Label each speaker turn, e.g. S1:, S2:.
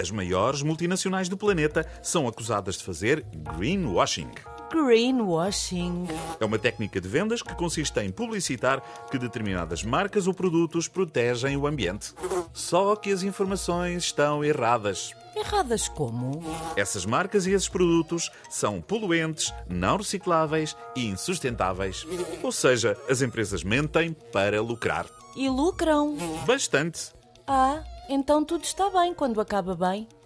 S1: As maiores multinacionais do planeta são acusadas de fazer greenwashing.
S2: Greenwashing.
S1: É uma técnica de vendas que consiste em publicitar que determinadas marcas ou produtos protegem o ambiente. Só que as informações estão erradas.
S2: Erradas como?
S1: Essas marcas e esses produtos são poluentes, não recicláveis e insustentáveis. Ou seja, as empresas mentem para lucrar.
S2: E lucram.
S1: Bastante.
S2: Ah, então tudo está bem quando acaba bem.